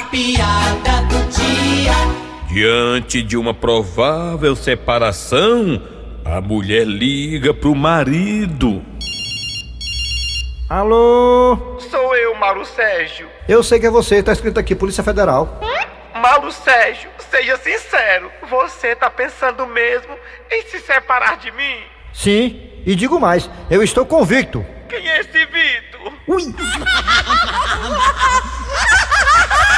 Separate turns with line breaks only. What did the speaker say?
piada do dia.
Diante de uma provável separação, a mulher liga pro marido.
Alô?
Sou eu, Mauro Sérgio.
Eu sei que é você, tá escrito aqui, Polícia Federal.
Mauro Sérgio, seja sincero. Você tá pensando mesmo em se separar de mim?
Sim, e digo mais, eu estou convicto.
Quem é esse Vitor?
Ui!